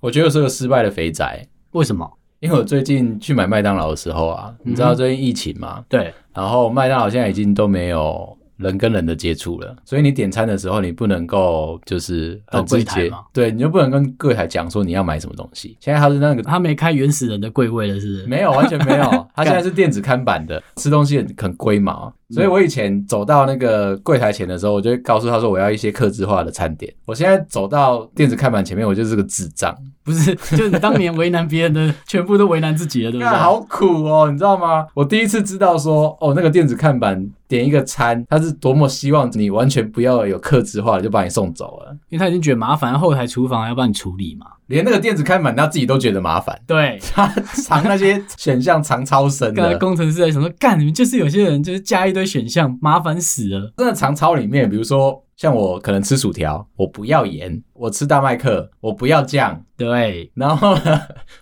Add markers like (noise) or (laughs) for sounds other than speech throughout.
我觉得我是个失败的肥宅，为什么？因为我最近去买麦当劳的时候嗯啊，你知道最近疫情嘛，对，然后麦当劳现在已经都没有人跟人的接触了，所以你点餐的时候你不能够就是到很直柜台接吗，对，你就不能跟柜台讲说你要买什么东西。现在他是那个他没开原始人的柜位了，是不是？ (laughs) 没有，完全没有。它现在是电子看板的，吃东西很很龟毛。嗯所以我以前走到那个柜台前的时候，我就会告诉他说我要一些克制化的餐点。我现在走到电子看板前面，我就是个智障，不是， (laughs) 就你当年为难别人的，全部都为难自己了，对不对？那好苦哦，你知道吗？我第一次知道说，哦，那个电子看板点一个餐，它是多么希望你完全不要有克制化的，就把你送走了。因为他已经觉得麻烦，后台厨房还要帮你处理嘛。连那个电子看板他自己都觉得麻烦，对，他藏那 (laughs) 些选项藏超深刚才的。工程师在想说，干，你们就是有些人就是加一堆选项，麻烦死了。真的常超里面，比如说像我可能吃薯条，我不要盐，我吃大麦克，我不要酱。对，然后呢，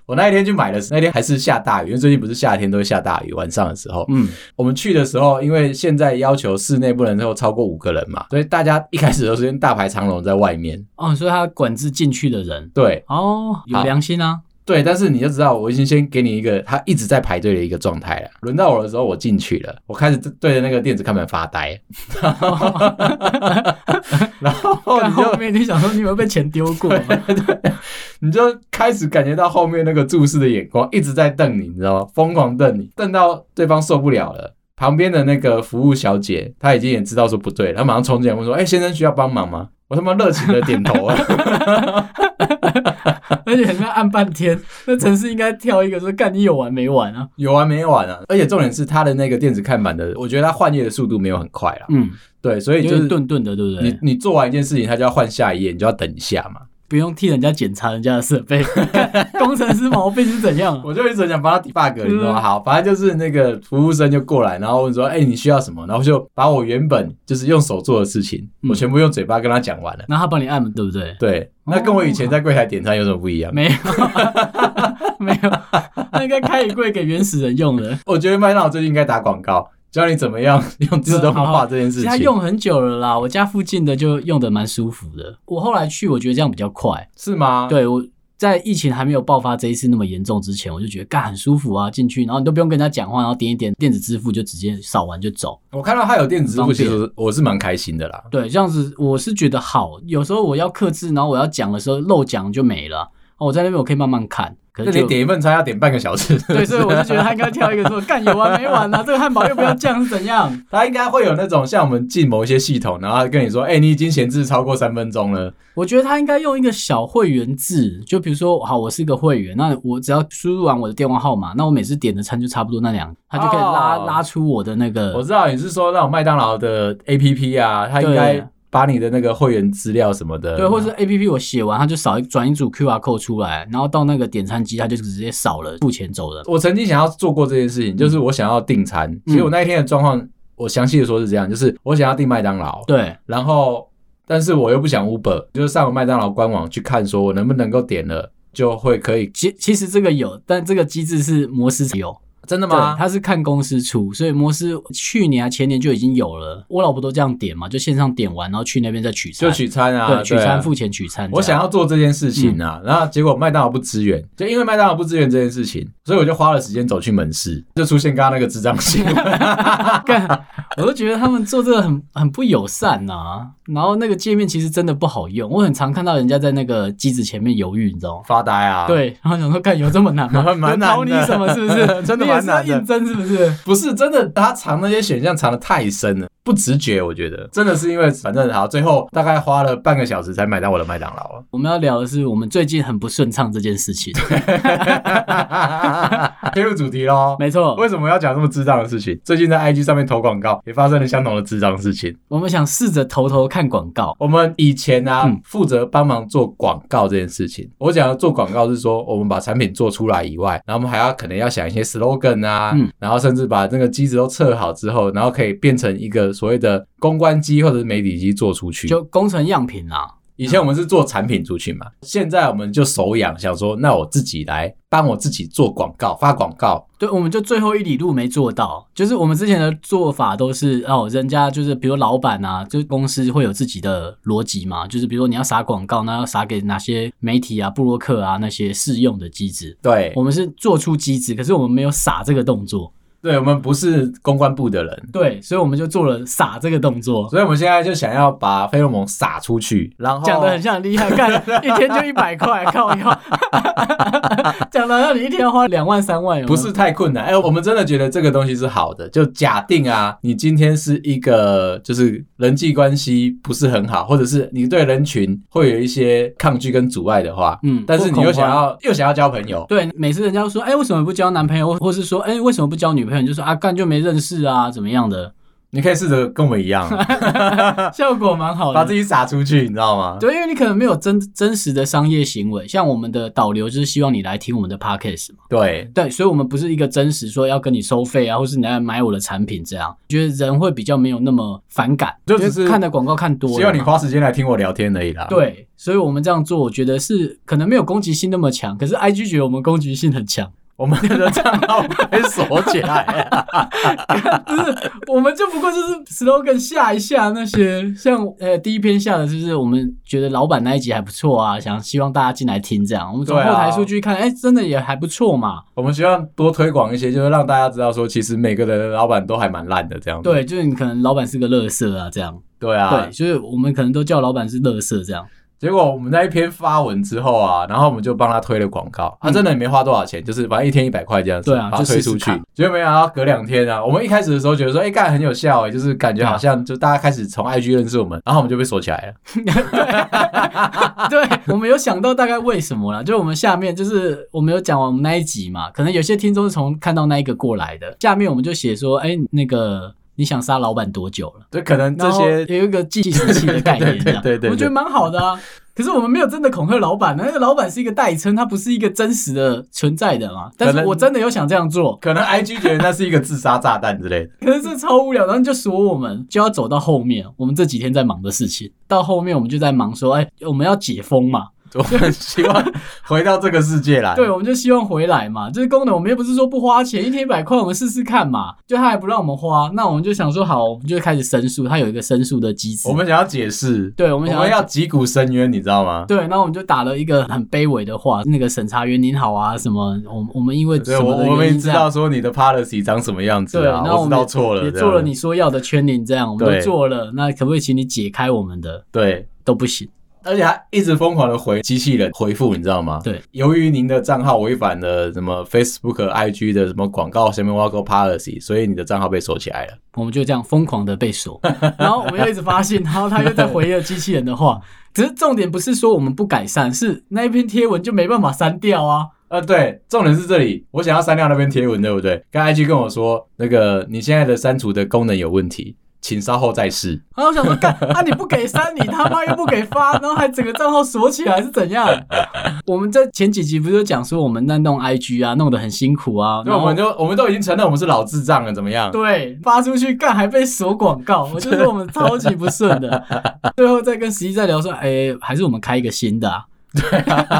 我那一天去买的时候，那天还是下大雨，因为最近不是夏天都会下大雨，晚上的时候，嗯，我们去的时候，因为现在要求室内不能够超过五个人嘛，所以大家一开始都是先大排长龙在外面。哦，所以他管制进去的人，对哦，有好良心啊。对，但是你就知道，我已经先给你一个他一直在排队的一个状态了。轮到我的时候，我进去了，我开始对着那个电子看板发呆， (laughs) 然后但哦你就后面你想说，你有没有被钱丢过？ (laughs) 你就开始感觉到后面那个注视的眼光一直在瞪你，你知道吗？疯狂瞪你，瞪到对方受不了了。旁边的那个服务小姐，她已经也知道说不对了，她马上冲进来问说：“哎、先生需要帮忙吗？”我他妈热情的点头啊！而且那按半天，那城市应该挑一个说，干你有完没完啊？有完没完啊！而且重点是她的那个电子看板的，我觉得她换页的速度没有很快啦。嗯，对，所以有就点是顿顿的，对不你对？你做完一件事情，她就要换下一页，你就要等一下嘛。不用替人家检查人家的设备， (laughs) 看工程师毛病是怎样啊？我就一直想帮他 debug，你知道吗？嗯好，反正就是那个服务生就过来，然后问说：“哎、你需要什么？”然后就把我原本就是用手做的事情，嗯我全部用嘴巴跟他讲完了。那他帮你按，对不对？对，那跟我以前在柜台点餐有什么不一样？没有， (laughs) 没有，那应该开一柜给原始人用的。我觉得麦当劳最近应该打广告，教你怎么样用自嗯动化这件其事实它情。用很久了啦，我家附近的就用的蛮舒服的。我后来去，我觉得这样比较快。 (laughs) 是吗？，对我在疫情还没有爆发这一次那么严重之前，我就觉得干很舒服啊，进去然后你都不用跟人家讲话，然后点一点电子支付就直接扫完就走。我看到他有电子支付，很方其便实我是蛮开心的啦。对，这样子我是觉得好。有时候我要克制，然后我要讲的时候漏讲就没了。哦，我在那边我可以慢慢看，可那是你就点一份餐要点半个小时，对，所以我就觉得他应该挑一个说干有完没完啊，这个汉堡又不要酱是怎样？ (laughs) 他应该会有那种像我们进某一些系统，然后他跟你说：“哎、你已经闲置超过三分钟了。”我觉得他应该用一个小会员制，就比如说好，我是一个会员，那我只要输入完我的电话号码，那我每次点的餐就差不多那两，他就可以拉、哦拉出我的那个。我知道你是说那种麦当劳的 A P P 啊，它应对该把你的那个会员资料什么的，对，或者是 A P P 我写完，它就扫一转一组 Q R code 出来，然后到那个点餐机，它就直接扫了，付钱走了。我曾经想要做过这件事情，嗯就是我想要订餐。其实我那一天的状况，我详细的说是这样，就是我想要订麦当劳，对，然后但是我又不想 Uber，就是上麦当劳官网去看，说我能不能够点了就会可以。其其实这个有，但这个机制是摩斯才有，真的对，吗？它是看公司出，所以摩斯去年啊前年就已经有了。我老婆都这样点嘛，就线上点完，然后去那边再取餐，就取餐啊，对取啊餐付钱嗯取餐。我想要做这件事情啊，然后结果麦当劳不支援，就因为麦当劳不支援这件事情，所以我就花了时间走去门市，就出现刚刚那个智障新闻。这样 (laughs) 干，我都觉得他们做这个很很不友善呐、啊。然后那个界面其实真的不好用，我很常看到人家在那个机子前面犹豫，你知道吗？发呆啊。，对，然后想说，看有这么难吗？ (laughs) 蛮难的有考你什么？是不是？ (laughs) 真的你也蛮是要难的应征是不是？不是真的，他藏那些选项藏的太深了，不直觉。我觉得真的是因为反正好，最后大概花了半个小时才买到我的麦当 (laughs) 劳我们要聊的是我们最近很不顺畅这件事情。 (laughs) 了。切入主题喽。(laughs) 没错，为什么要讲这么智障的事情？最近在 IG 上面投广告，也发生了相同的智障事情。我们想试着偷偷看广告。我们以前啊嗯，负责帮忙做广告这件事情。我讲的做广告是说，我们把产品做出来以外，然后我们还要可能要想一些 slogan 啊，嗯然后甚至把那个机子都测好之后，然后可以变成一个所谓的公关机或者是媒体机做出去。就工程样品啦、啊以前我们是做产品族群嘛，现在我们就手痒，想说那我自己来帮我自己做广告，发广告。对，我们就最后一里路没做到，就是我们之前的做法都是哦，人家就是比如老板啊，就是公司会有自己的逻辑嘛，就是比如说你要撒广告，那要撒给哪些媒体啊、布洛克啊那些适用的机制。对，我们是做出机制，可是我们没有撒这个动作，对我们不是公关部的人，对，所以我们就做了撒这个动作，所以我们现在就想要把费洛蒙撒出去，然后讲的很像很厉 (laughs) 害，干一天就一百块，靠腰， (laughs) 讲的让你一天要花两万三万有没有，不是太困难。哎、我们真的觉得这个东西是好的。就假定啊，你今天是一个就是人际关系不是很好，或者是你对人群会有一些抗拒跟阻碍的话，嗯但是你或又恐想慌要又想要交朋友，对，每次人家都说，哎、为什么不交男朋友，或或是说，哎、为什么不交女朋友，你就说啊，干就没认识啊，怎么样的，你可以试着跟我们一 (laughs) 样，效果蛮好把的自。己撒出去，你知道吗？对，因为你可能没有真真实的商业行为，像我们的导流就是希望你来听我们的 podcast 嘛，对对，所以我们不是一个真实说要跟你收费啊，或是你来买我的产品这样，觉得人会比较没有那么反感，就因为只是看的广告看多了嘛，希望你花时间来听我聊天而已啦。，啊对，所以我们这样做，我觉得是可能没有攻击性那么强，可是 IG 觉得我们攻击性很强，我们的账号被锁起来。啊 (laughs) 我们就不过就是 slogan 下一下那些，像呃第一篇下的就是我们觉得老板那一集还不错啊，想希望大家进来听这样，我们从对后啊台数据看，哎、真的也还不错嘛。我们希望多推广一些，就是让大家知道说，其实每个人的老板都还蛮烂的这样子。对，就是你可能老板是个乐色啊，这样，对啊，对，就是我们可能都叫老板是乐色这样，结果我们那一篇发文之后啊，然后我们就帮他推了广告，他、嗯真的也没花多少钱，就是反正一天一百块这样子，对啊把它就推试试出去看。结果没想到隔两天啊，我们一开始的时候觉得说，哎、干很有效哎、就是感觉好像就大家开始从 IG 认识我们，然后我们就被锁起来了。啊对，我们有想到大概为什么啦，就是我们下面就是我们有讲完我们那一集嘛，可能有些听众是从看到那一个过来的，下面我们就写说，哎、那个你想杀老板多久了？就可能这然后些有一个计时器的概念，这 (laughs) 样对对对对对我觉得蛮好的啊。可是我们没有真的恐吓老板，那个老板是一个代称，他不是一个真实的存在的嘛。但可是能我真的有想这样做，可能 IG 觉得那是一个自杀炸弹之类的。 (laughs) 可是这超无聊，然后你就说我们就要走到后面，我们这几天在忙的事情，到后面我们就在忙说，哎，我们要解封嘛，我很希望回到这个世界来。对，我们就希望回来嘛。这个功能我们又不是说不花钱，一天一百块，我们试试看嘛。就他还不让我们花，那我们就想说好，我们就开始申诉，他有一个申诉的机制。我们想要解释，对，我我们们想要击鼓深渊，你知道吗？对，然后我们就打了一个很卑微的话，那个审查员您好啊，什么，我我们因为对，什我么的我们原也因知这样道说你的 policy 长什么样子对，啊，然后我我知们道错了，也这做了样你说要的圈领，这样我们对都做了，那可不可以请你解开我们的？对。都不行，而且他一直疯狂的回机器人回复，你知道吗？对，由于您的账号违反了什么 Facebook、IG 的什么广告下面挖沟 policy，所以你的账号被锁起来了。我们就这样疯狂的被锁，然后我们又一直发信，然后他又在回了机器人的话。只是重点不是说我们不改善，是那一篇贴文就没办法删掉啊。呃，对，重点是这里，我想要删掉那篇贴文，对不对？跟 IG 跟我说，那个你现在的删除的功能有问题，请稍后再试。然后我想说，干啊你不给删，你他妈又不给发，然后还整个账号锁起来是怎样？ (laughs) 我们在前几集不是有讲说我们在弄 IG 啊，弄得很辛苦啊，那然我后们就我们都已经承认我们是老智障了，怎么样？对发出去干还被锁广告，我就说我们超级不顺的。 (laughs) 最后再跟十一在聊说，哎、还是我们开一个新的啊？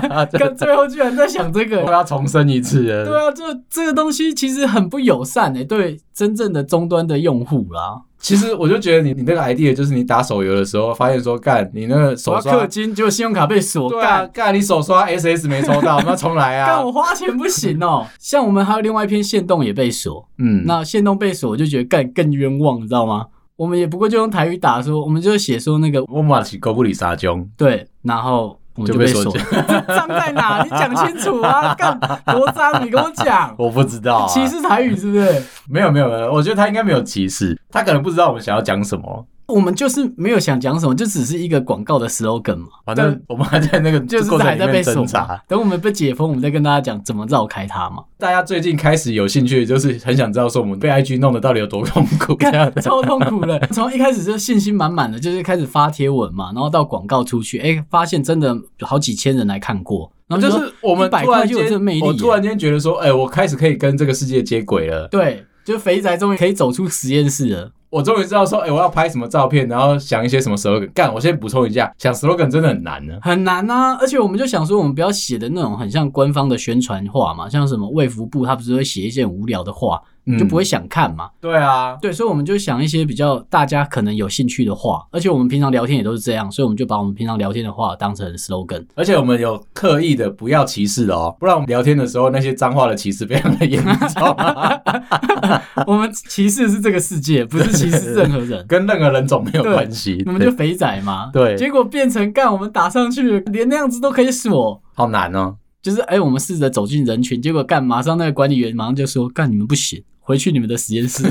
啊干最后居然在想这我个。要重申一次了。对啊，就这个东西其实很不友善诶、对真正的终端的用户啦。其实我就觉得你你那个 idea 就是你打手游的时候发现说，干你那个我手要刷氪金，结果信用卡被锁，对干啊，干你手刷 SS 没抽 (laughs) 到，那重来啊但！我花钱不行哦。像我们还有另外一篇线动也被锁，嗯，那线动被锁，我就觉得更更冤枉，你知道吗？我们也不过就用台语打说，我们就写说那个我马是狗不理沙中，对，然后我们就就被被锁锁。 (laughs) 脏在哪？你讲清楚 (laughs) 啊！干多脏，你跟我讲。我不知道、啊，歧视台语是不是？没有没有没有，我觉得他应该没有歧视，他可能不知道我们想要讲什么。我们就是没有想讲什么，就只是一个广告的 slogan 嘛。反正我们还在那个对就是过程还里在面被锁挣嘛扎。。等我们被解封，我们再跟大家讲怎么绕开它嘛。大家最近开始有兴趣，就是很想知道说我们被 IG 弄得到底有多痛苦这样子。 (laughs) 超痛苦的。从一开始就信心满满的，就是开始发贴文嘛，然后到广告出去，哎、发现真的有好几千人来看过，(laughs) 然后就说是我们100突然块就有这间个魅，力啊我耶突然间觉得说，哎、我开始可以跟这个世界接轨了。对，就肥宅终于可以走出实验室了。我终于知道说，哎、我要拍什么照片，然后想一些什么 slogan。干，我先补充一下，想 slogan 真的很难呢、很难啊，而且我们就想说，我们不要写的那种很像官方的宣传话嘛，像什么卫福部，他不是会写一些很无聊的话，嗯就不会想看嘛。对啊，对，所以我们就想一些比较大家可能有兴趣的话，而且我们平常聊天也都是这样，所以我们就把我们平常聊天的话当成 slogan。而且我们有刻意的不要歧视哦，不然我们聊天的时候那些脏话的歧视非常的严重，啊 (laughs) (laughs) 我们歧视是这个世界，不是歧视任何人。跟任何人种没有关系。我们就肥仔嘛，对结果变成干我们打上去，连那样子都可以锁。好难哦，就是哎、我们试着走进人群，结果干，马上那个管理员马上就说：“干，你们不行，回去你们的 (laughs) 实验室。”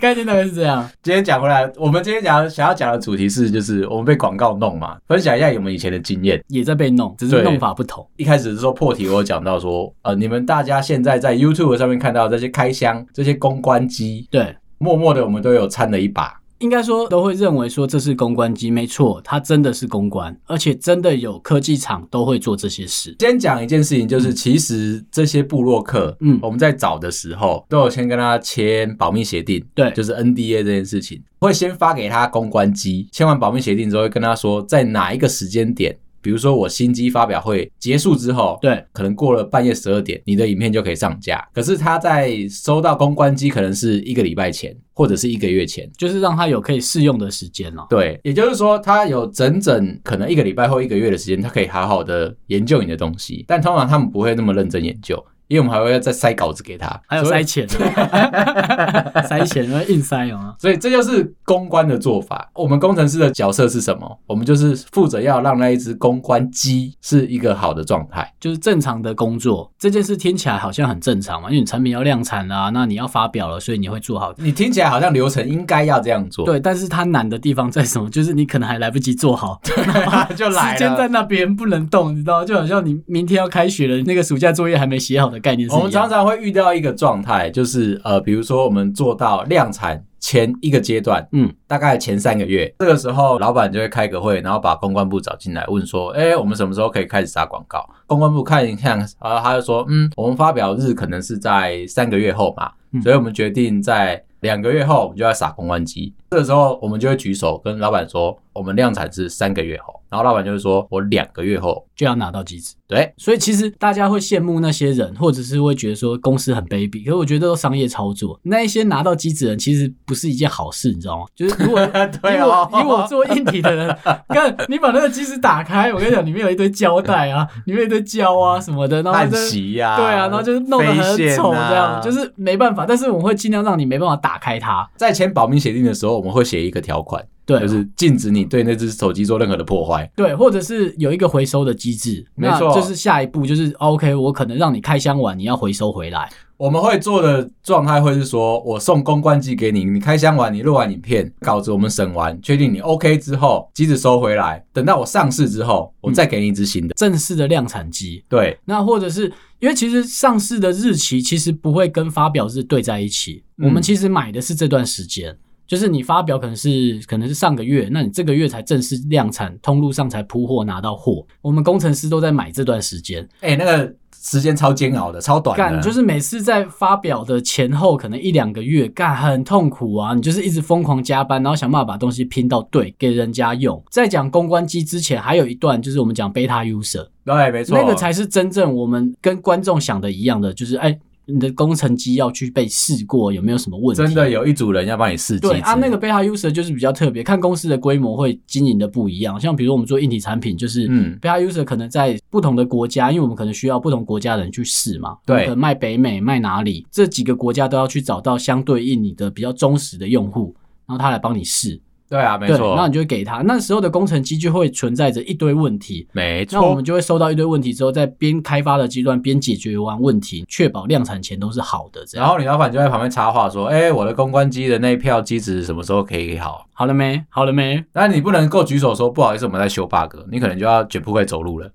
概念大概是这样。今天讲回来，我们今天讲想要讲的主题是，就是我们被广告弄嘛，分享一下我们以前的经验。也在被弄，只是对弄法不同。一开始是说破题，我有讲到说，呃，你们大家现在在 YouTube 上面看到这些开箱、这些公关机，对，默默的我们都有掺了一把。应该说都会认为说这是公关机，没错，它真的是公关，而且真的有科技厂都会做这些事。先讲一件事情，就是其实这些部落客，嗯我们在找的时候都有先跟他签保密协定，对就是 NDA 这件事情，会先发给他公关机，签完保密协定之后，会跟他说在哪一个时间点，比如说我新机发表会结束之后，对，可能过了半夜十二点，你的影片就可以上架。可是他在收到公关机，可能是一个礼拜前或者是一个月前。就是让它有可以试用的时间了。对，也就是说，他有整整可能一个礼拜或一个月的时间，他可以好好的研究你的东西。但通常他们不会那么认真研究，因为我们还会再塞稿子给他，还有所以塞钱， (laughs) 塞钱，因为硬塞有吗？所以这就是公关的做法。我们工程师的角色是什么？我们就是负责要让那一只公关机是一个好的状态。就是正常的工作，这件事听起来好像很正常嘛，因为你产品要量产啦、那你要发表了，所以你会做好。你听起来好像流程应该要这样 (laughs) 做，对，但是它难的地方在什么？就是你可能还来不及做好， (laughs) 对，啊就来时间在了。那边不能动，你知道吗？就好像你明天要开学了，那个暑假作业还没写好的概念是我一们常样。常会遇到一个状态，就是呃，比如说我们做到量产前一个阶段，嗯，大概前三个月，这个时候老板就会开个会，然后把公关部找进来，问说，哎、我们什么时候可以开始打广告？公关部看一看，然后他就说，嗯，我们发表日可能是在三个月后嘛，嗯所以我们决定在两个月后我们就要撒公关机。这个时候我们就会举手跟老板说，我们量产是三个月后，然后老板就会说我两个月后，就要拿到机子，对，所以其实大家会羡慕那些人，或者是会觉得说公司很卑鄙。可是我觉得都是商业操作，那一些拿到机子的人其实不是一件好事，你知道吗？就是如果 (laughs) 对哦以我以我做硬体 (laughs) 的人，看你把那个机子打开，我跟你讲，里面有一堆胶带啊，里面有一堆胶啊什么的，然后叹就息呀、对啊，然后就是弄得很飞线丑这样，啊就是没办法。但是我会尽量让你没办法打开它。在签保密协定的时候，我们会写一个条款，对，啊就是禁止你对那只手机做任何的破坏。对，或者是有一个回收的机制，没那错就是下一步就是哦 OK，我可能让你开箱完，你要回收回来。我们会做的状态会是说，我送公关机给你，你开箱完，你录完影片，稿子我们审完，确定你 OK 之后，机子收回来，等到我上市之后，我再给你一只新的。正式的量产机，对，那或者是因为其实上市的日期其实不会跟发表日对在一起，嗯我们其实买的是这段时间，就是你发表可能是可能是上个月，那你这个月才正式量产，通路上才铺货拿到货，我们工程师都在买这段时间，哎、那个时间超煎熬的，超短的，干就是每次在发表的前后可能一两个月，干很痛苦啊！你就是一直疯狂加班，然后想办法把东西拼到对给人家用。在讲公关机之前，还有一段就是我们讲 beta user，对，没错，那个才是真正我们跟观众想的一样的，就是哎，你的工程机要去被试过有没有什么问题？真的有一组人要帮你试机对子。啊，那个 beta user 就是比较特别，看公司的规模会经营的不一样。像比如我们做硬体产品，就是嗯 beta user 可能在不同的国家，因为我们可能需要不同国家的人去试嘛，对我们可能卖北美卖哪里，这几个国家都要去找到相对应你的比较忠实的用户，然后他来帮你试，对啊，没对，然后错你，就会给他。那时候的工程机就会存在着一堆问题。没错，那我们就会收到一堆问题之后，在边开发的阶段边解决完问题，确保量产前都是好的。这然样后你老板就在旁边插话说：“哎、我的公关机的那一票机子什么时候可以好好了没？好了没？？”但你不能够举手说不好意思，我们在修 bug，你可能就要卷铺盖走路了。啊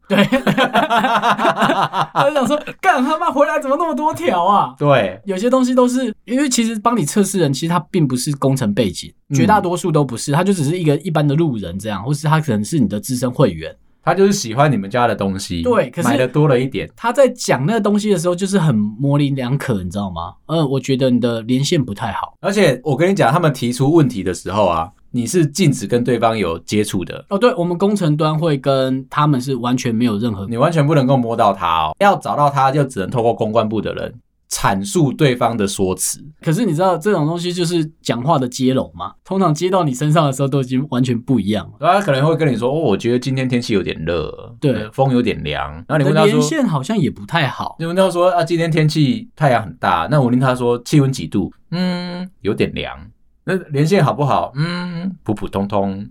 他就想说，干他妈回来怎么那么多条啊？ (laughs) 对，有些东西都是因为其实帮你测试人，其实他并不是工程背景，嗯绝大多数都不是，他就只是一个一般的路人这样，或是他可能是你的资深会员，他就是喜欢你们家的东西，对可是买的多了一点，他在讲那个东西的时候，就是很模棱两可，你知道吗？嗯，我觉得你的连线不太好。而且我跟你讲，他们提出问题的时候啊，你是禁止跟对方有接触的，哦，对，我们工程端会跟他们是完全没有任何你完全不能够摸到他哦。要找到他，就只能透过公关部的人阐述对方的说辞。可是你知道这种东西就是讲话的接龙嘛？通常接到你身上的时候都已经完全不一样了。然后他可能会跟你说：“哦，我觉得今天天气有点热，对呃风有点凉。”然后你你问的他说连：“线好像也不太好，你问他说啊，今天天气太阳很大。”那我问他说：“气温几度？”嗯，有点凉。那连线好不好？嗯，普普通通。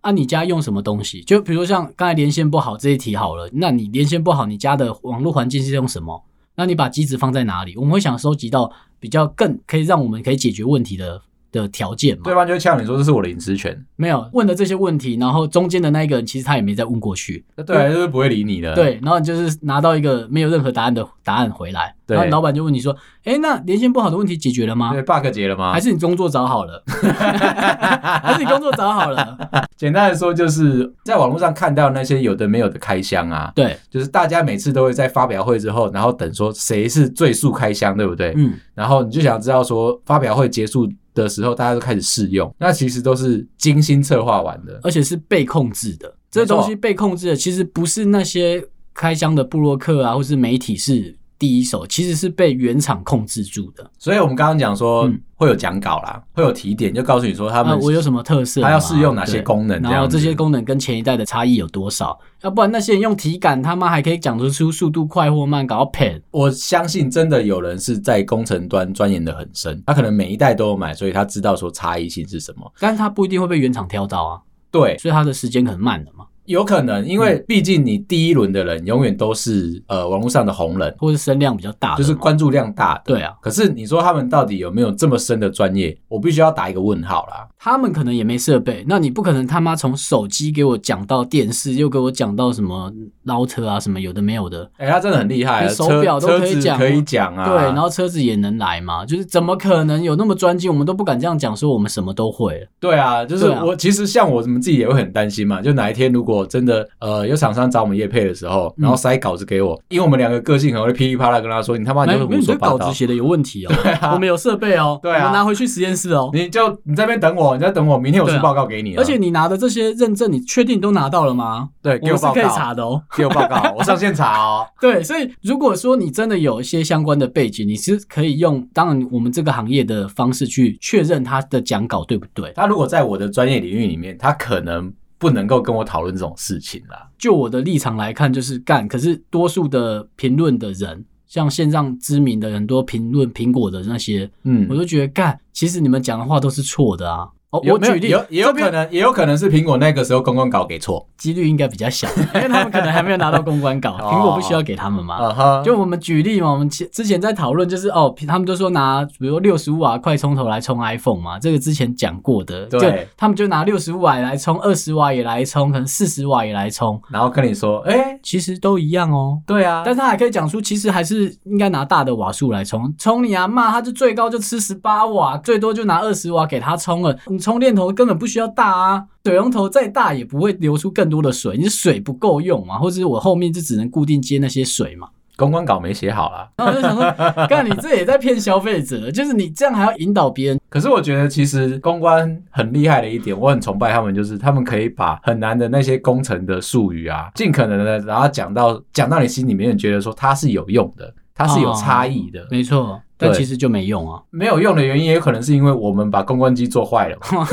啊，你家用什么东西？就比如像刚才连线不好这一题好了，那你连线不好，你家的网络环境是用什么？那你把机子放在哪里？我们会想收集到比较更可以让我们可以解决问题的的条件嘛对？方就会呛你说：“这是我的隐私权。没有问的这些问题，然后中间的那一个人其实他也没再问过去，”那对方啊就是不会理你的。对，然后你就是拿到一个没有任何答案的答案回来，对然后老板就问你说：“哎，那连线不好的问题解决了吗对，bug 解了吗？还是你工作找好了？还是你工作找 (laughs) 好了？ (laughs) 简单的说，就是在网络上看到那些有的没有的开箱啊，对，就是大家每次都会在发表会之后，然后等说谁是最速开箱，对不对？嗯，然后你就想知道说发表会结束的时候，大家都开始试用，那其实都是精心策划完的。而且是被控制的。这东西被控制的，其实不是那些开箱的布洛克啊，或是媒体是第一手，其实是被原厂控制住的。所以我们刚刚讲说嗯会有讲稿啦，会有提点，就告诉你说他啊，们我有什么特色嘛？他要试用哪些对功能，然后样子这些功能跟前一代的差异有多少？要不然那些人用体感，他妈还可以讲得出速度快或慢，搞到 pen。我相信真的有人是在工程端钻研的很深，他可能每一代都有买，所以他知道说差异性是什么。但是他不一定会被原厂挑到啊，对，所以他的时间可能慢了嘛，有可能，因嗯为毕竟你第一轮的人永远都是呃网络上的红人，或者声量比较大的嘛，就是关注量大的。对啊，可是你说他们到底有没有这么深的专业？我必须要打一个问号啦。他们可能也没设备，那你不可能他妈从手机给我讲到电视，又给我讲到什么捞车啊，什么有的没有的，哎、他真的很厉害啊，你手表车都车可以子讲哦可以讲啊。对，然后车子也能来嘛，就是怎么可能有那么专精？我们都不敢这样讲，说我们什么都会。对啊，就是对啊我、其实像我们自己也会很担心嘛，就哪一天如果真的呃有厂商找我们业配的时嗯候，然后塞稿子给我，因为我们两个个性很会噼里啪啦跟他说，啊你他妈没你就有，没胡有，哎你说这八稿道子。写的有问题哦。 (laughs) 我们有设备哦，对啊我们拿回去实验室哦。你就你在那边等我，你在等我，明天我出对啊报告给你啊、而且你拿的这些认证，你确定你都拿到了吗？对，我给们是报可以告，查的哦。给我报告，我上线查哦。对，所以如果说你真的有一些相关的背景，你是可以用当然我们这个行业的方式去确认他的讲稿对不对。他如果在我的专业领域里面，他可能不能够跟我讨论这种事情啦。就我的立场来看，就是干。可是多数的评论的人，像线上知名的很多评论苹果的那些，嗯我，就觉得干，其实你们讲的话都是错的啊。哦，有我没有举例，有也有这边可能，也有可能是苹果那个时候公关稿给错几率应该比 (laughs) 较小，因为他们可能还没有拿到公关稿，哦苹果不需要给他们嘛。啊哈，就我们举例嘛，我们前之前在讨论，就是哦，他们就说拿比如六十五瓦快充头来充 iPhone 嘛，这个之前讲过的，对就他们就拿六十五瓦也来充，二十瓦也来充，可能四十瓦也来充，然后跟你说，哎、其实都一样哦。对啊，但是他还可以讲出，其实还是应该拿大的瓦数来充。充你啊，骂他就最高就吃十八瓦，最多就拿二十瓦给他充了。你充电头根本不需要大啊，水龙头再大也不会流出更多的水，你水不够用嘛，或者是我后面就只能固定接那些水嘛。公关稿没写好啊啦。然后我就想说， (laughs) 干你这也在骗消费者，就是你这样还要引导别人。可是我觉得其实公关很厉害的一点，我很崇拜他们，就是他们可以把很难的那些工程的术语啊，尽可能的，然后讲到讲到你心里面，你觉得说它是有用的，它是有哦差异的。没错，但哦对其实就没 (laughs) 用啊。没有用的原因，也有可能是因为我们把公关机做坏了嘛，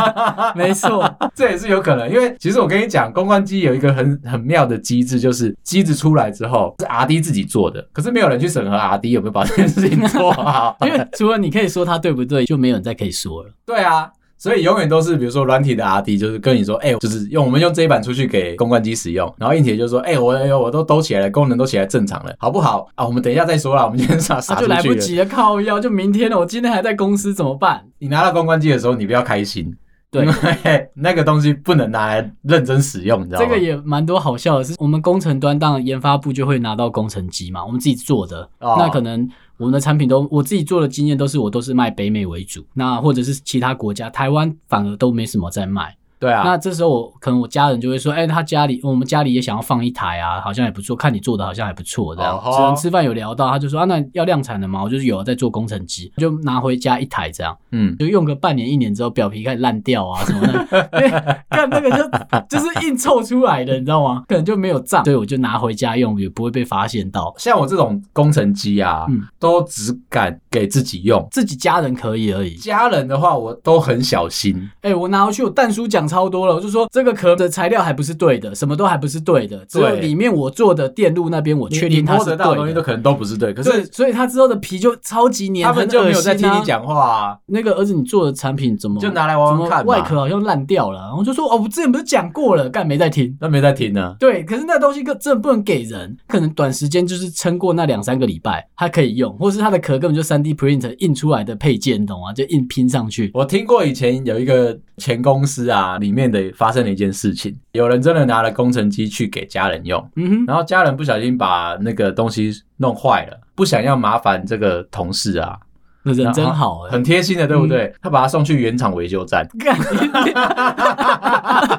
(laughs) 没错， (laughs) 这也是有可能。因为其实我跟你讲，公关机有一个很很妙的机制，就是机子出来之后是 R D 自己做的，可是没有人去审核 R D 有没有把这件事情做好 (laughs) 。因为除了你可以说他对不对，就没有人再可以说 (laughs) 了。对啊，所以永远都是比如说软体的 R D 就是跟你说，哎、就是用我们用这一版出去给公关机使用，然后硬体就说，哎、我我我都都起来了，功能都起来正常了，好不好啊？我们等一下再说啦，我们今天傻他傻出啊就去了。来不及了，靠腰就明天了，我今天还在公司怎么办？你拿到公关机的时候，你不要开心，对因为 (laughs) 那个东西不能拿来认真使用，你知道这吗？个也蛮多好笑的是，我们工程端当然研发部就会拿到工程机嘛，我们自己做的。哦那可能我们的产品都我自己做的经验都是我都是卖北美为主，那或者是其他国家，台湾反而都没什么在卖。对啊，那这时候我可能我家人就会说，哎、他家里我们家里也想要放一台啊，好像也不错，看你做的好像还不错这样哦。吼只能吃饭有聊到，他就说啊，那要量产了吗？我就是有在做工程机，就拿回家一台这样，嗯，就用个半年一年之后，表皮开始烂掉啊什么 (laughs) 的，因为看那个就就是硬凑出来的，你知道吗？可能就没有账，所以我就拿回家用，也不会被发现到。像我这种工程机啊，嗯都只敢给自己用，自己家人可以而已。家人的话我都很小心。哎、我拿回去，我蛋叔讲超多了，我就说这个壳的材料还不是对的，什么都还不是对的，只有对里面我做的电路那边我你确定你它摸是得对到的东西都的。可能都不是对，可对，是所以他之后的皮就超级黏，他们很就没有恶心在听啊你。讲话啊，那个儿子，你做的产品怎么就拿来玩玩看怎么外壳嘛。好像烂掉了，然后就说哦，我之前不是讲过了，干没在听。那没在听呢，对，可是那东西个真的不能给人，可能短时间就是撑过那两三个礼拜，它可以用，或是它的壳根本就3 D print 印出来的配件，你懂吗？就硬拼上去。我听过以前有一个前公司啊，里面的发生了一件事情，有人真的拿了工程机去给家人用，嗯哼，然后家人不小心把那个东西弄坏了，不想要麻烦这个同事啊，那人真好哎、很贴心的，对不对？他把他送去原厂维修站， (laughs) 干你 (laughs)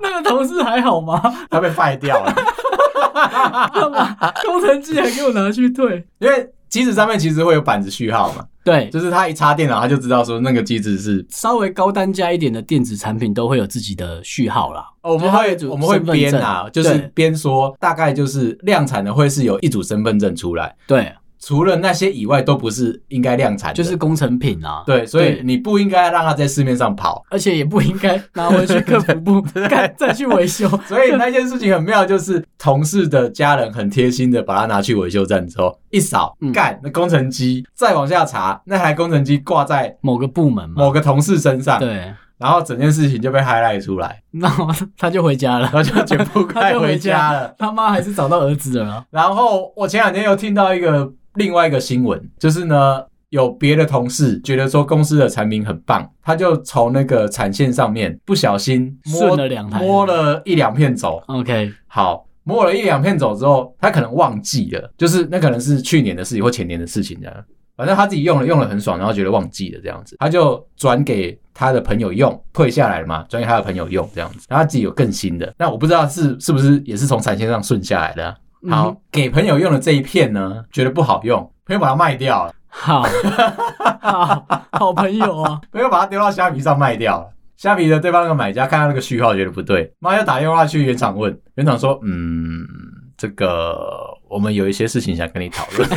那个同事还好吗？他被坏掉了，干嘛工程机还给我拿 (laughs) 去退？ (laughs) 因为机子上面其实会有板子序号嘛，对，就是他一插电脑，他就知道说那个机子是。稍微高单价一点的电子产品都会有自己的序号啦。哦我们就是他会有我们会身份编证啊，就是对编说大概就是量产的会是有一组身份证出来，对，除了那些以外都不是应该量产的，就是工程品啊。，对，所以对你不应该让它在市面上跑。而且也不应该拿回去客服 (laughs) 部干再去维修。所以那件事情很妙，就是同事的家人很贴心的把它拿去维修站之后一扫嗯，干、那工程机，再往下查，那台工程机挂在某个部门嘛，某个同事身上，对，然后整件事情就被 highlight 出 (laughs) 来，那我他就回家了然。后就全部他开就回回家家了。他妈还是找到儿子了啊。然后我前两天又听到一个另外一个新闻，就是呢。有别的同事觉得说公司的产品很棒，他就从那个产线上面不小心摸顺了两台摸了一两片走， OK，好，摸了一两片走之后，他可能忘记了，就是那可能是去年的事情或前年的事情的，反正他自己用了用了很爽，然后觉得忘记了这样子，他就转给他的朋友用，退下来了嘛，转给他的朋友用这样子，然后他自己有更新的，那我不知道是是不是也是从产线上顺下来的啊、好，嗯给朋友用的这一片呢，觉得不好用，朋友把它卖掉了， (laughs) 好，好，好朋友啊，朋友把它丢到虾皮上卖掉了。虾皮的对方那个买家看到那个序号觉得不对，妈又打电话去原厂问，原厂说，嗯，这个我们有一些事情想跟你讨 (laughs) 论，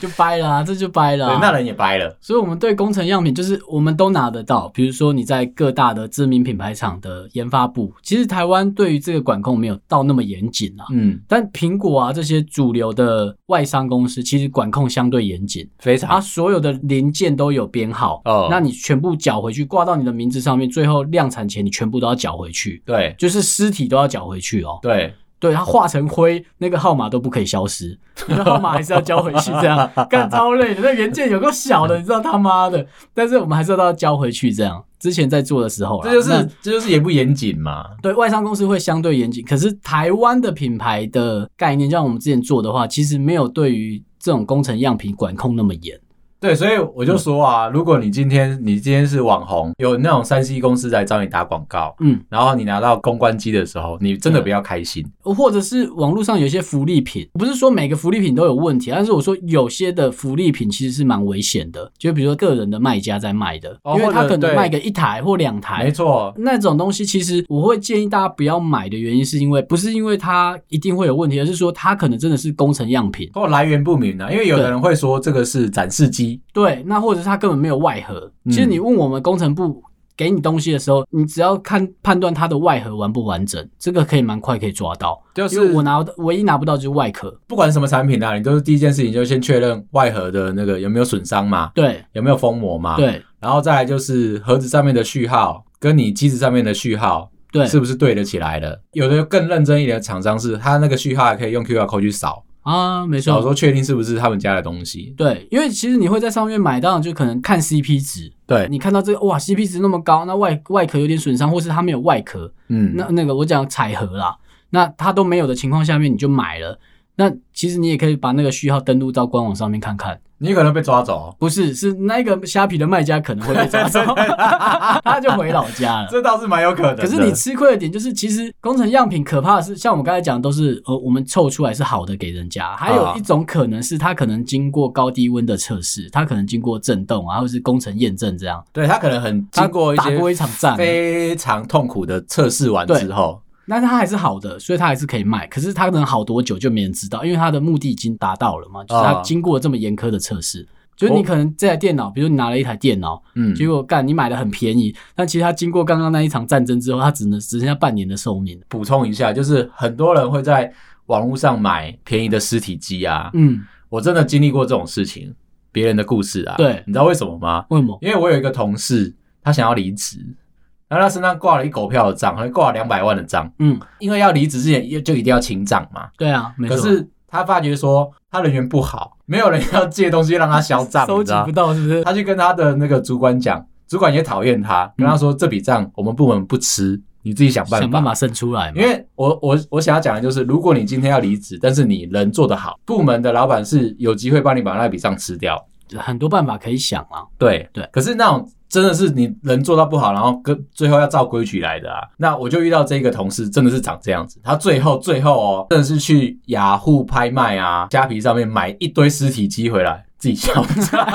就掰了啊，这就掰了、对，啊。那人也掰了，所以，我们对工程样品就是我们都拿得到。比如说，你在各大的知名品牌厂的研发部，其实台湾对于这个管控没有到那么严谨啊。嗯，但苹果啊这些主流的外商公司，其实管控相对严谨，非它所有的零件都有编号，哦那你全部缴回去，挂到你的名字上面，最后量产前你全部都要缴回去，对就是尸体都要缴回去哦。对，对，它化成灰，那个号码都不可以消失，你的号码还是要交回去，这样干超累的。那原件有够小的，你知道他妈的，但是我们还是要到交回去这样。之前在做的时候啦，这就那是这就是也不严谨嘛，对外商公司会相对严谨，可是台湾的品牌的概念，像我们之前做的话，其实没有对于这种工程样品管控那么严。对，所以我就说啊，如果你今天你今天是网红，有那种三 C 公司来找你打广告，嗯，然后你拿到公关机的时候，你真的不要开心，或者是网络上有一些福利品，不是说每个福利品都有问题，但是我说有些的福利品其实是蛮危险的，就比如说个人的卖家在卖的，哦因为或者他可对能卖个一台或两台没，错，那种东西，其实我会建议大家不要买的原因，是因为不是因为它一定会有问题，而是说它可能真的是工程样品。或来源不明啊，因为有的人会说这个是展示机，对，那或者是它根本没有外盒。嗯其实你问我们工程部给你东西的时候，你只要看判断它的外盒完不完整，这个可以蛮快可以抓到。就因是为我拿唯一拿不到就是外壳。不管什么产品啊，你都是第一件事情就先确认外盒的那个有没有损伤嘛，对有没有封膜嘛，，对然后再来就是盒子上面的序号跟你机子上面的序号对是不是对得起来的？有的更认真一点的厂商是，他那个序号还可以用 QR code 去扫，啊，没扫错。说确定是不是他们家的东西。对，因为其实你会在上面买到，就可能看 CP 值，对，你看到这个哇 CP 值那么高，那外外壳有点损伤，或是它没有外壳，嗯，那那个我讲彩盒啦，那它都没有的情况下面你就买了，那其实你也可以把那个序号登录到官网上面看看。你可能被抓走。不是，是那个虾皮的卖家可能会被 (laughs) 抓走，他就回老家了。这倒是蛮有可能的。可是你吃亏的点就是，其实工程样品可怕的是，像我们刚才讲，都是呃我们凑出来是好的给人家，还啊有一种可能是它可能经过高低温的测试，它可能经过震动啊，或是工程验证这样，对他可能很它经过一打些过一场仗，非常痛苦的测试完之后，但是它还是好的，所以它还是可以卖。可是它能好多久就没人知道，因为它的目的已经达到了嘛，就是它啊经过这么严苛的测试。就是你可能这台电脑，比如你拿了一台电脑，嗯，结果干你买的很便宜，但其实它经过刚刚那一场战争之后，它只能只剩下半年的寿命。补充一下，就是很多人会在网络上买便宜的尸体机啊，嗯，我真的经历过这种事情，别人的故事啊。对你知道为什么吗？为什么？因为我有一个同事，他想要离职，然后他身上挂了一狗票的账，还挂了两百万的账，嗯，因为要离职之前就一定要清账嘛。对啊，没错。可是他发觉说他人缘不好，没有人要借东西让他销账，收你知集道不到是不是？他去跟他的那个主管讲，主管也讨厌他，跟他说、这笔账我们部门不吃，你自己想办法。想办法生出来嘛因。为我我我想要讲的就是，如果你今天要离职，但是你人做得好，部门的老板是有机会帮你把那笔账吃掉。很多办法可以想啊。对对可是那种真的是你人做到不好，然后跟最后要照规矩来的啊。那我就遇到这个同事，真的是长这样子。他最后最后哦，真的是去雅虎拍卖啊、虾皮上面买一堆尸体机回来自己 (laughs) 销账。我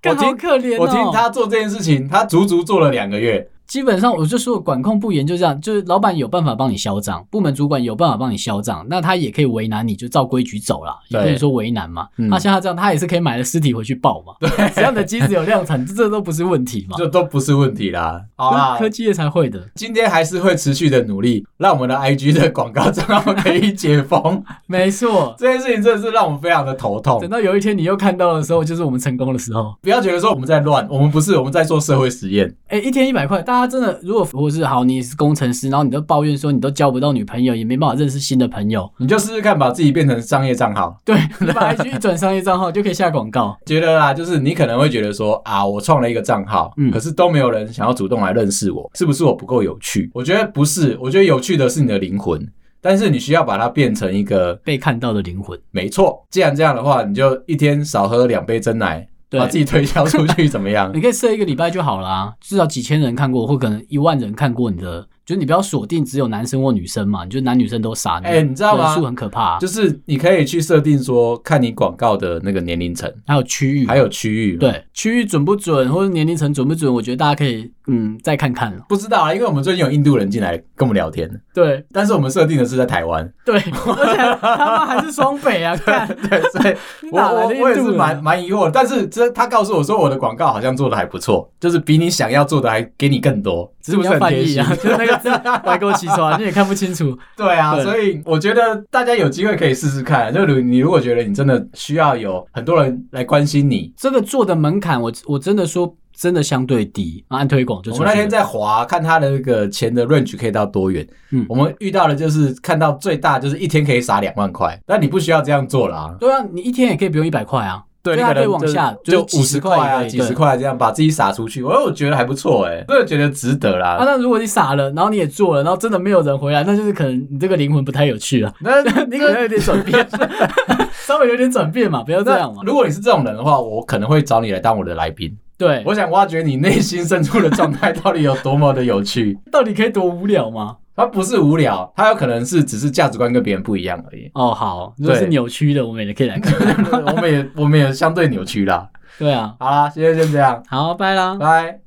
干好听可怜、哦，我听他做这件事情，他足足做了两个月。基本上我就说管控不严就这样，就是老板有办法帮你销账，部门主管有办法帮你销账，那他也可以为难你，就照规矩走啦，也对可以说为难嘛。嗯那像他这样，他也是可以买了尸体回去爆嘛。只要你的机子有量产， (laughs) 这都不是问题嘛。这都不是问题啦。好 (laughs) 啦，科技业才会的，今天还是会持续的努力，让我们的 IG 的广告账号可以解 (laughs) 封。没错。这件事情真的是让我们非常的头痛等。到有一天你又看到的时候，就是我们成功的时候。不要觉得说我们在乱，我们不是，我们在做社会实验。哎、一天一百块，大家真的，如果我是好，你是工程师，然后你都抱怨说你都交不到女朋友，也没办法认识新的朋友，你就试试看，把自己变成商业账号。对，你啊把 IG 一转商业账号就可以下广告。觉得啦，就是你可能会觉得说啊，我创了一个账号，嗯可是都没有人想要主动来认识我，是不是我不够有趣？我觉得不是，我觉得有趣的是你的灵魂，但是你需要把它变成一个被看到的灵魂。没错，既然这样的话，你就一天少喝两杯真奶，对把自己推销出去，怎么样你？可以设一个礼拜就好啦，至少几千人看过，或可能一万人看过你的，就是你不要锁定只有男生或女生嘛，你就男女生都傻。哎你知道吗人数很可怕、就是你可以去设定说，看你广告的那个年龄层，还有区域，还有区域。，嗯对区域准不准，或者年龄层准不准，我觉得大家可以嗯再看看了。不知道啊，因为我们最近有印度人进来跟我们聊天，对但是我们设定的是在台湾， (laughs) 对， (laughs) 而且他们还是双北啊，干对，所以我哪来我的印我也度是人啊蛮蛮疑惑的。但是这他告诉我说，我的广告好像做的还不错，就是比你想要做的还给你更多，是不是要很翻贴译心 (laughs) 啊？？就是那个字白沟齐刷，啊你也看不清楚。对啊，对所以我觉得大家有机会可以试试看。就如你如果觉得你真的需要有很多人来关心你，这个做的门槛，我我真的说真的相对低，啊按推广就我出去们了。那天在划看他的那个钱的 range 可以到多远，嗯我们遇到的就是看到最大就是一天可以撒两万块，但你不需要这样做啦。对啊，你一天也可以不用一百块啊。对，对你啊可可以能往就下就就是五几十十块块啊，对几十对块这样把自己撒出去，我我觉得还不错哎、真的觉得值得啦。，啊，那如果你傻了，然后你也做了，然后真的没有人回来，那就是可能你这个灵魂不太有趣了那 (laughs) 你可能有点转变， (laughs) 稍微有点转变嘛，不要这样嘛那。如果你是这种人的话，我可能会找你来当我的来宾。对，我想挖掘你内心深处的状态到底有多么的有趣。 (laughs) 到底可以多无聊吗？。它不是无聊，它有可能是只是价值观跟别人不一样而已 (laughs) 哦，好，如果对是扭曲的，我们也可以来看。我们也我们也相对扭曲啦。对啊，好啦，今天先这样，好，拜啦。拜。